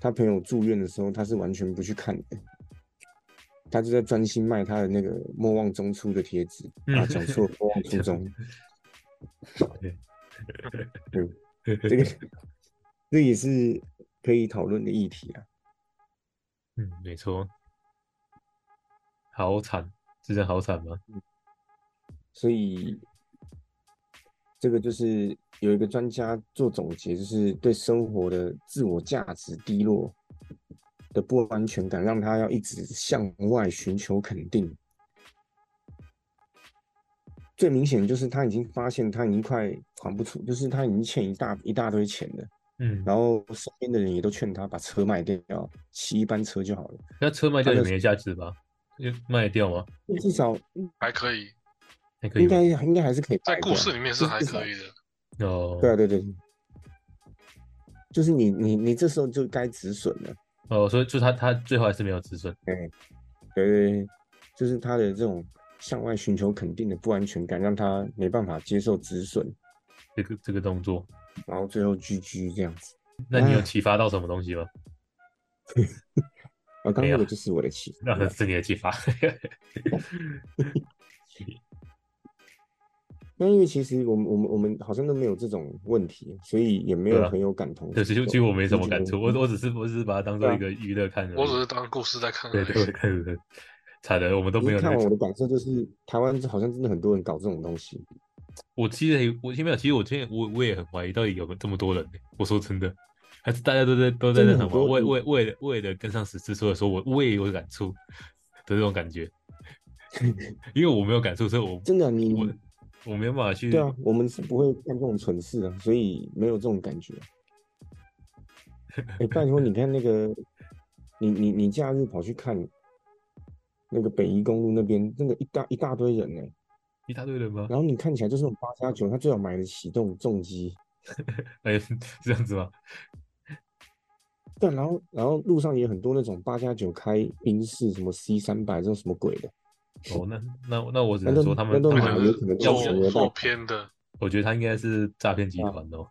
[SPEAKER 1] 他朋友住院的时候，他是完全不去看的，他就在专心卖他的那个“莫忘中初”的贴纸
[SPEAKER 3] 嗯
[SPEAKER 1] 啊，讲错了“莫忘初衷
[SPEAKER 3] 对，”，
[SPEAKER 1] 这个这也是可以讨论的议题啊。
[SPEAKER 3] 嗯，没错，好惨，是真好惨吗？
[SPEAKER 1] 所以这个就是有一个专家做总结，就是对生活的自我价值低落的不安全感，让他要一直向外寻求肯定。最明显就是他已经发现他已经快还不出，就是他已经欠一大一大堆钱了，
[SPEAKER 3] 嗯，
[SPEAKER 1] 然后身边的人也都劝他把车卖掉，骑一班车就好了。
[SPEAKER 3] 那车卖掉
[SPEAKER 1] 他
[SPEAKER 3] 也
[SPEAKER 1] 就
[SPEAKER 3] 没价值吧？就卖掉吗？
[SPEAKER 1] 至少
[SPEAKER 2] 还可以，
[SPEAKER 3] 还可以
[SPEAKER 1] 应
[SPEAKER 3] 吗
[SPEAKER 1] 该？应该还是可以卖
[SPEAKER 2] 在
[SPEAKER 1] 掉。
[SPEAKER 2] 故事里面是
[SPEAKER 1] 就是
[SPEAKER 2] 还
[SPEAKER 1] 至少
[SPEAKER 2] 可以的。
[SPEAKER 3] 哦，
[SPEAKER 1] 对啊，对对，对就是你你你这时候就该止损了。
[SPEAKER 3] 哦，所以就他他最后还是没有止损。
[SPEAKER 1] 对对对，就是他的这种向外寻求肯定的不安全感，让他没办法接受止损，
[SPEAKER 3] 这个这个动作。
[SPEAKER 1] 然后最后 GG 这样子。
[SPEAKER 3] 那你有启发到什么东西吗？
[SPEAKER 1] 啊，刚
[SPEAKER 3] 没
[SPEAKER 1] 刚
[SPEAKER 3] 有
[SPEAKER 1] 那个就是我的启发
[SPEAKER 3] 哎那。是你的启 发。
[SPEAKER 1] 那因为其实我们我们我们好像都没有这种问题，所以也没有
[SPEAKER 3] 对啊
[SPEAKER 1] 很有感同
[SPEAKER 3] 对，
[SPEAKER 1] 身受。
[SPEAKER 3] 其实其实我没什么
[SPEAKER 1] 就觉
[SPEAKER 3] 感
[SPEAKER 1] 得
[SPEAKER 3] 触，我我只是我只是把它当
[SPEAKER 1] 啊
[SPEAKER 3] 做一个娱乐看而已。
[SPEAKER 2] 我只是当故事在看而
[SPEAKER 3] 对
[SPEAKER 2] 已。
[SPEAKER 3] 对对对 对，惨了，我们都
[SPEAKER 1] 你
[SPEAKER 3] 没有那
[SPEAKER 1] 看
[SPEAKER 3] 个
[SPEAKER 1] 完我的感受就是，台湾好像真的很多人搞这种东西。
[SPEAKER 3] 我其实也我没有，其实我今天我我也很怀疑，到底有没有这么多人、呢？我说真的，还是大家都在都在
[SPEAKER 1] 真的
[SPEAKER 3] 那什
[SPEAKER 1] 很
[SPEAKER 3] 么？
[SPEAKER 1] 多
[SPEAKER 3] 为
[SPEAKER 1] 嗯
[SPEAKER 3] 为为了为了跟上时事，所以说我我也有感触的这种感 觉，
[SPEAKER 1] 嗯
[SPEAKER 3] 因为我没有感触，所以我
[SPEAKER 1] 真的啊，你
[SPEAKER 3] 我我没有办法去
[SPEAKER 1] 对啊，我们是不会干这种蠢事的，所以没有这种感觉。哎、不然说你看那个，你你你假日跑去看那个北宜公路那边，那个一大一大堆人呢、
[SPEAKER 3] 一大堆人吗？
[SPEAKER 1] 然后你看起来就是那种八加九，他最好买得起这种重机。
[SPEAKER 3] 哎， 是这样子吗？
[SPEAKER 1] 对，然后然后路上也很多那种八加九开宾士什么 C 三百这种什么鬼的，
[SPEAKER 3] 哦，那那那我只
[SPEAKER 1] 那
[SPEAKER 3] 能
[SPEAKER 1] 都
[SPEAKER 3] 说他
[SPEAKER 1] 那
[SPEAKER 3] 们
[SPEAKER 1] 都
[SPEAKER 3] 他
[SPEAKER 2] 那
[SPEAKER 1] 哪有啊
[SPEAKER 2] 可
[SPEAKER 3] 们
[SPEAKER 2] 能
[SPEAKER 1] 可能
[SPEAKER 2] 是
[SPEAKER 1] 都是我
[SPEAKER 2] 做
[SPEAKER 1] 的
[SPEAKER 2] 做偏的，
[SPEAKER 3] 我觉得他应该是诈骗集团哦。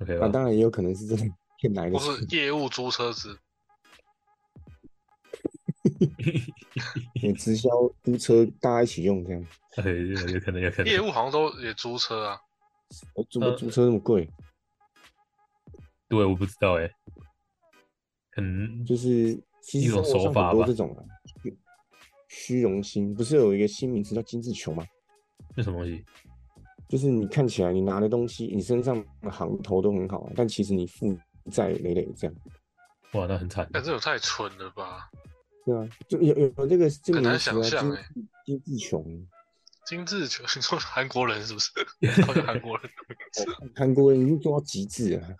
[SPEAKER 3] OK
[SPEAKER 1] 啊，
[SPEAKER 3] 吧，
[SPEAKER 1] 当然也有可能是真的骗来的
[SPEAKER 2] 或。是业务租车子，
[SPEAKER 1] 也直销租车大家一起用这样，
[SPEAKER 3] 哎 有有可能有可能
[SPEAKER 2] 业务好像都也租车啊。
[SPEAKER 1] 我租
[SPEAKER 3] 呃
[SPEAKER 1] 租车那么贵，
[SPEAKER 3] 对，我不知道哎、可能
[SPEAKER 1] 就是其
[SPEAKER 3] 一
[SPEAKER 1] 实
[SPEAKER 3] 种
[SPEAKER 1] 生活
[SPEAKER 3] 手
[SPEAKER 1] 上
[SPEAKER 3] 法
[SPEAKER 1] 很多
[SPEAKER 3] 吧
[SPEAKER 1] 这种啊虚虚荣心，不是有一个新名词叫精致穷吗？
[SPEAKER 3] 那什么东西？
[SPEAKER 1] 就是你看起来你拿的东西，你身上的行头都很好，但其实你负债累累这样。
[SPEAKER 3] 哇，那很惨。
[SPEAKER 2] 但这种太蠢了吧！
[SPEAKER 1] 对啊，就有有有这个这个
[SPEAKER 2] 很难
[SPEAKER 1] 名词
[SPEAKER 2] 想
[SPEAKER 1] 啊，
[SPEAKER 2] 象
[SPEAKER 1] 精
[SPEAKER 2] 欸
[SPEAKER 1] 精致穷，
[SPEAKER 2] 金志全， 你说韩国人是不是？好像韩 国人，
[SPEAKER 1] 韩国人已经做到极致了。啊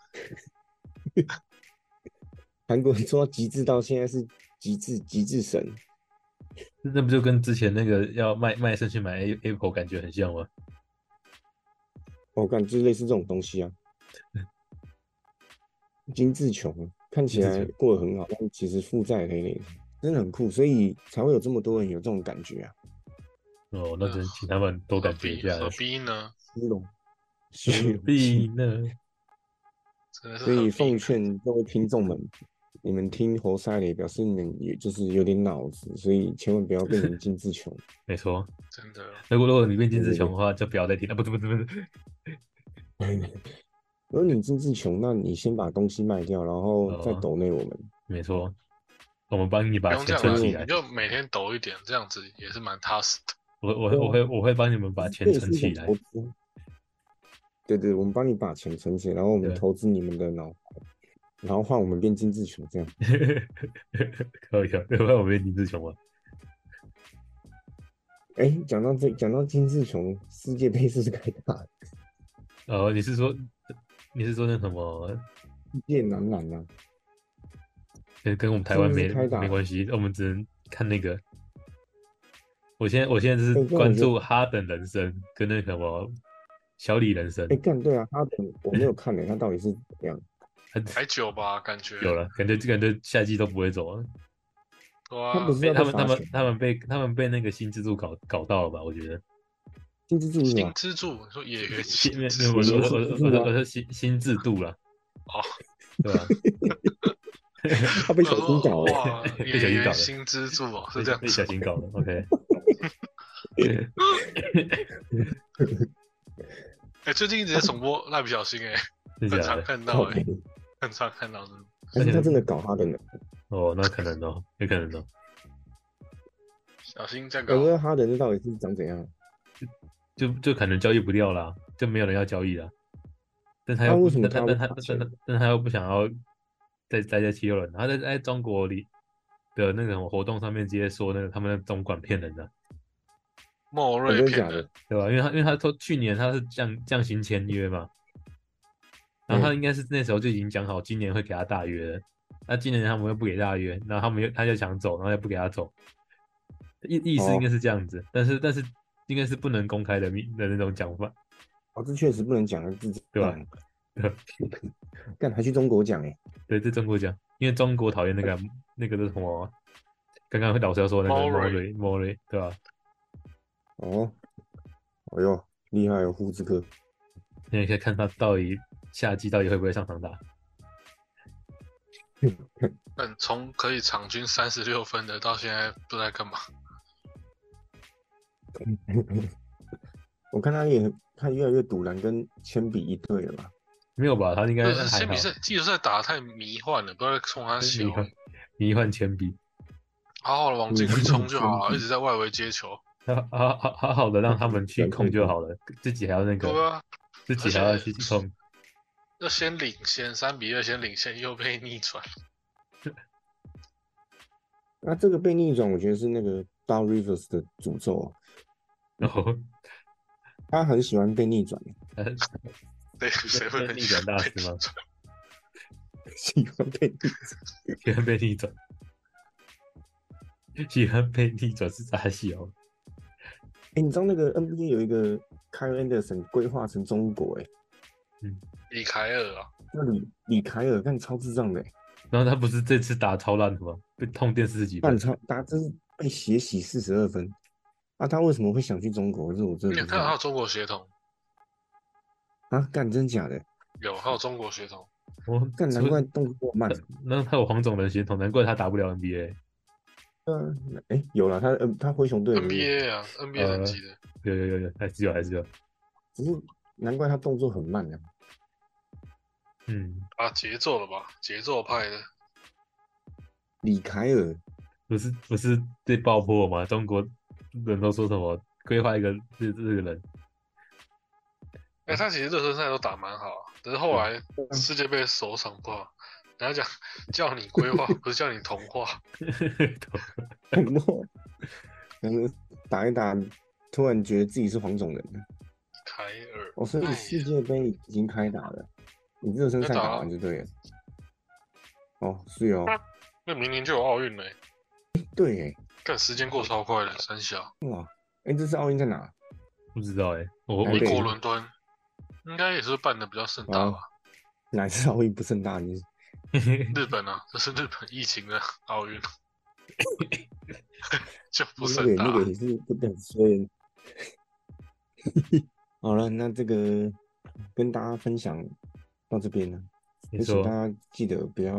[SPEAKER 1] 韩国人做到极致到现在是极致极致神，
[SPEAKER 3] 那不就跟之前那个要卖卖身去买 A- Apple 感觉很像吗？
[SPEAKER 1] 我感哦觉就类似这种东西啊，精致穷，啊看起
[SPEAKER 3] 精致
[SPEAKER 1] 来
[SPEAKER 3] 穷
[SPEAKER 1] 过得很好，但其实负债累累，真的很酷，所以才会有这么多人有这种感觉啊，
[SPEAKER 3] 哦，那只能请他们多
[SPEAKER 2] 何
[SPEAKER 3] 感觉一
[SPEAKER 2] 必
[SPEAKER 3] 下。
[SPEAKER 2] 呃何必呢？
[SPEAKER 1] 虚荣，虚荣
[SPEAKER 3] 必
[SPEAKER 1] 心。
[SPEAKER 3] 呢？
[SPEAKER 2] 真的是
[SPEAKER 1] 所
[SPEAKER 2] 何
[SPEAKER 1] 以
[SPEAKER 2] 必啊
[SPEAKER 1] 奉
[SPEAKER 2] 呢
[SPEAKER 1] 劝各位听众们，你们听侯赛雷，表示你们也就是有点脑子，所以千万不要变成精致穷。
[SPEAKER 3] 没错，
[SPEAKER 2] 真的
[SPEAKER 3] 如果如果你变金志雄的话，就不要再听了。不是不是不是，
[SPEAKER 1] 如果你精致穷，那你先把东西卖掉，然后再
[SPEAKER 3] 哦
[SPEAKER 1] 抖内我们。
[SPEAKER 3] 没错，我们帮你
[SPEAKER 2] 不
[SPEAKER 3] 把
[SPEAKER 2] 用这
[SPEAKER 3] 钱存
[SPEAKER 2] 样啦，
[SPEAKER 3] 起
[SPEAKER 2] 你
[SPEAKER 3] 来。
[SPEAKER 2] 就每天抖一点，这样子也是蛮踏实的。
[SPEAKER 3] 我我我会我会帮你们把钱
[SPEAKER 1] 啊嗯这也是
[SPEAKER 3] 存
[SPEAKER 1] 一种
[SPEAKER 3] 起来
[SPEAKER 1] 投。资。对对，我们帮你把钱存起来，然后我们
[SPEAKER 3] 对
[SPEAKER 1] 投资你们的脑袋，然后换我们变精致穷这样。
[SPEAKER 3] 可以可以，要不然我变金志雄了。
[SPEAKER 1] 哎，讲到这，讲到精致穷，世界杯是不是开打 了？
[SPEAKER 3] 哦，你是说你是说那什么？
[SPEAKER 1] 世界男篮啊，
[SPEAKER 3] 跟跟我们台湾
[SPEAKER 1] 是不
[SPEAKER 3] 没
[SPEAKER 1] 是开打
[SPEAKER 3] 没关系，我们只能看那个。我现在我现在是
[SPEAKER 1] 对不然我
[SPEAKER 3] 关
[SPEAKER 1] 觉得
[SPEAKER 3] 注哈登人生跟那个什么小李人生
[SPEAKER 1] 哎，，干对啊，哈登我没有看呢、他到底是怎么样？哎
[SPEAKER 2] 还久吧，感觉
[SPEAKER 3] 有了，感觉感觉夏季都不会走了。
[SPEAKER 2] 对啊
[SPEAKER 1] 他，不是
[SPEAKER 3] 哎、
[SPEAKER 1] 要
[SPEAKER 3] 他
[SPEAKER 1] 被
[SPEAKER 3] 们他
[SPEAKER 1] 罚
[SPEAKER 3] 们
[SPEAKER 1] 钱？
[SPEAKER 3] 他们被他们被那个新制度搞搞到了吧？我觉得
[SPEAKER 1] 金支柱是
[SPEAKER 2] 新
[SPEAKER 1] 吧？
[SPEAKER 2] 支柱，你说演员
[SPEAKER 3] 新
[SPEAKER 2] 新
[SPEAKER 3] 我
[SPEAKER 2] 支
[SPEAKER 3] 我
[SPEAKER 2] 柱
[SPEAKER 3] 我我我我说新新制度了。
[SPEAKER 2] 哦，
[SPEAKER 3] 对吧？
[SPEAKER 1] 他被小
[SPEAKER 3] 哦
[SPEAKER 1] 金搞了，
[SPEAKER 2] 哇，
[SPEAKER 3] 被小
[SPEAKER 2] 演
[SPEAKER 3] 心搞
[SPEAKER 2] 员
[SPEAKER 3] 了
[SPEAKER 2] 新支柱哦，是
[SPEAKER 3] 被
[SPEAKER 2] 这样
[SPEAKER 3] 被小
[SPEAKER 2] 子。
[SPEAKER 3] 心搞了。OK，
[SPEAKER 2] 哎，最近一直在重播蜡笔小新， 哎，
[SPEAKER 3] 真
[SPEAKER 2] 很
[SPEAKER 3] 假
[SPEAKER 2] 常
[SPEAKER 3] 的？
[SPEAKER 2] 看
[SPEAKER 1] 靠
[SPEAKER 2] 到，哎
[SPEAKER 1] 北，
[SPEAKER 2] 很常看到，真的
[SPEAKER 1] 还是他真的搞哈登了？
[SPEAKER 3] 哦，那可能哦，有可能哦。
[SPEAKER 2] 小新在搞
[SPEAKER 1] 我不知道哈登这到底是长怎样？
[SPEAKER 3] 就就可能交易不掉啦，就没有人要交易了。但他
[SPEAKER 1] 那
[SPEAKER 3] 又不
[SPEAKER 1] 为什么
[SPEAKER 3] 但
[SPEAKER 1] 他
[SPEAKER 3] 但他
[SPEAKER 1] 会花
[SPEAKER 3] 但
[SPEAKER 1] 钱
[SPEAKER 3] 他但他又不想要再待在七六人，他在在中国里的那种活动上面直接说那个他们的总管骗人的，
[SPEAKER 2] 莫
[SPEAKER 1] 真
[SPEAKER 2] 瑞
[SPEAKER 1] 的假
[SPEAKER 2] 骗
[SPEAKER 1] 的
[SPEAKER 2] 人，？
[SPEAKER 3] 对吧？因为他因为他说去年他是降降薪签约嘛，然
[SPEAKER 1] 嗯
[SPEAKER 3] 后他应该是那时候就已经讲好今年会给他大约了，那今年他们又不给大约，然后他们又他就想走，然后又不给他走，意意思
[SPEAKER 1] 哦
[SPEAKER 3] 应该是这样子，但是但是应该是不能公开的秘的那种讲法，
[SPEAKER 1] 哦，这确实不能讲的自己
[SPEAKER 3] 对吧？对
[SPEAKER 1] 干还去中国讲哎、
[SPEAKER 3] 对，在中国讲，因为中国讨厌那个啊那个叫什么刚刚老师要说那个 Murray
[SPEAKER 2] Murray
[SPEAKER 3] Murray 对吧、
[SPEAKER 1] 哦，哎呦，厉害哦，胡子哥，
[SPEAKER 3] 那你可以看他到底夏季到底会不会上场打。
[SPEAKER 2] 但嗯从可以场均三十六分的到现在不知道在干嘛，
[SPEAKER 1] 我看他也他越来越堵然跟铅笔一对了吧？
[SPEAKER 3] 没有吧？他应该
[SPEAKER 2] 就是
[SPEAKER 3] 还
[SPEAKER 2] 铅
[SPEAKER 3] 好
[SPEAKER 2] 呃笔。赛季后赛打得太迷幻了，不知道在冲他
[SPEAKER 3] 迷
[SPEAKER 2] 笑，
[SPEAKER 3] 幻，迷幻铅笔，
[SPEAKER 2] 好好的往禁区冲就好 了，一直在外围接球，
[SPEAKER 3] 好好好好好的让他们去控就好了，自己还要那
[SPEAKER 2] 对啊
[SPEAKER 3] 个，
[SPEAKER 2] 吧？
[SPEAKER 3] 自己还要去控。
[SPEAKER 2] 要先领先三比二，先领先又被逆转，
[SPEAKER 1] 那这个被逆转，我觉得是那个 d a r Rivers 的诅咒哦，
[SPEAKER 3] 然后
[SPEAKER 1] 他很喜欢被逆转，
[SPEAKER 3] 呃
[SPEAKER 2] 对，谁会
[SPEAKER 3] 逆转大师 吗？
[SPEAKER 1] 喜欢被逆转。
[SPEAKER 3] 喜欢被逆转，喜欢被逆转是啥戏哦？
[SPEAKER 1] 哎、你知道那个 NBA 有一个 Kyle Anderson 规划成中国、哎，
[SPEAKER 2] 李凯尔啊，
[SPEAKER 1] 那李李凯尔看超智障的、哎
[SPEAKER 3] 然后他不是这次打超烂的吗？被痛电四十几分
[SPEAKER 1] 半，超打真是被血洗四十二分。啊，他为什么会想去中国？这我真
[SPEAKER 2] 你
[SPEAKER 1] 的不知
[SPEAKER 2] 有看到他
[SPEAKER 1] 道
[SPEAKER 2] 有中国血统？
[SPEAKER 1] 啊！干真假的，
[SPEAKER 2] 有，他有中国血统，
[SPEAKER 3] 我
[SPEAKER 1] 干难怪动作慢。
[SPEAKER 3] 那他有黄种人血统，难怪他打不了 NBA。
[SPEAKER 1] 嗯，哎、有了他，嗯、他灰熊队有一个
[SPEAKER 2] NBA 啊，NBA 等级的，
[SPEAKER 3] 有有有有，还是有还是有，
[SPEAKER 1] 只是难怪他动作很慢啊呢、
[SPEAKER 3] 嗯，
[SPEAKER 2] 啊，节奏了吧，节奏派的，
[SPEAKER 1] 李凯尔，
[SPEAKER 3] 不是不是被爆破吗？中国人都说什么规划一个日日人，
[SPEAKER 2] 哎、他其实热身赛都打蛮好啊，只是后来世界杯首场不好，人家讲叫你规划，不是叫你童话，
[SPEAKER 1] 很弱，然后打一打，突然觉得自己是黄种人了。
[SPEAKER 2] 凯尔，
[SPEAKER 1] 哦，所以
[SPEAKER 2] 哎呀
[SPEAKER 1] 世界杯已经开打了，你热身赛
[SPEAKER 2] 开打
[SPEAKER 1] 打
[SPEAKER 2] 了啊
[SPEAKER 1] 完就对了。哦，是哦，
[SPEAKER 2] 那明年就有奥运嘞、
[SPEAKER 1] 对耶，
[SPEAKER 2] 但时间过超快的，三小，
[SPEAKER 1] 哇，哎，这次奥运在哪？
[SPEAKER 3] 不知道哎、我我
[SPEAKER 1] 台
[SPEAKER 2] 美
[SPEAKER 1] 北
[SPEAKER 2] 国伦敦应该也是办的比较盛大
[SPEAKER 1] 啊
[SPEAKER 2] 吧。
[SPEAKER 1] 哪一次奥运不盛大？你
[SPEAKER 2] 日本啊，这是日本疫情的 奥运， 就不
[SPEAKER 1] 那
[SPEAKER 2] 盛
[SPEAKER 1] 个
[SPEAKER 2] 大
[SPEAKER 1] 那。个也是不等衰。 好了，那这个跟大家分享到这边了，
[SPEAKER 3] 没
[SPEAKER 1] 也请
[SPEAKER 3] 错
[SPEAKER 1] 大，家记得不要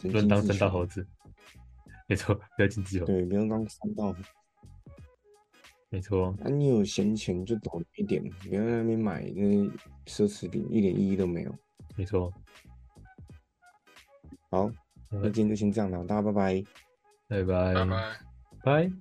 [SPEAKER 1] 神
[SPEAKER 3] 不能
[SPEAKER 1] 经
[SPEAKER 3] 当
[SPEAKER 1] 质
[SPEAKER 3] 三大
[SPEAKER 1] 群
[SPEAKER 3] 猴子，没错，不要进自由，
[SPEAKER 1] 对，不要当三道猴。
[SPEAKER 3] 没错，
[SPEAKER 1] 那、你有闲钱就抖一点，不要在那边买那些奢侈品，一点意义都没有。
[SPEAKER 3] 没错，
[SPEAKER 1] 好，
[SPEAKER 3] 好
[SPEAKER 1] 那今天就先这样了，大家拜拜。
[SPEAKER 3] 拜拜
[SPEAKER 2] 拜拜。
[SPEAKER 3] 拜。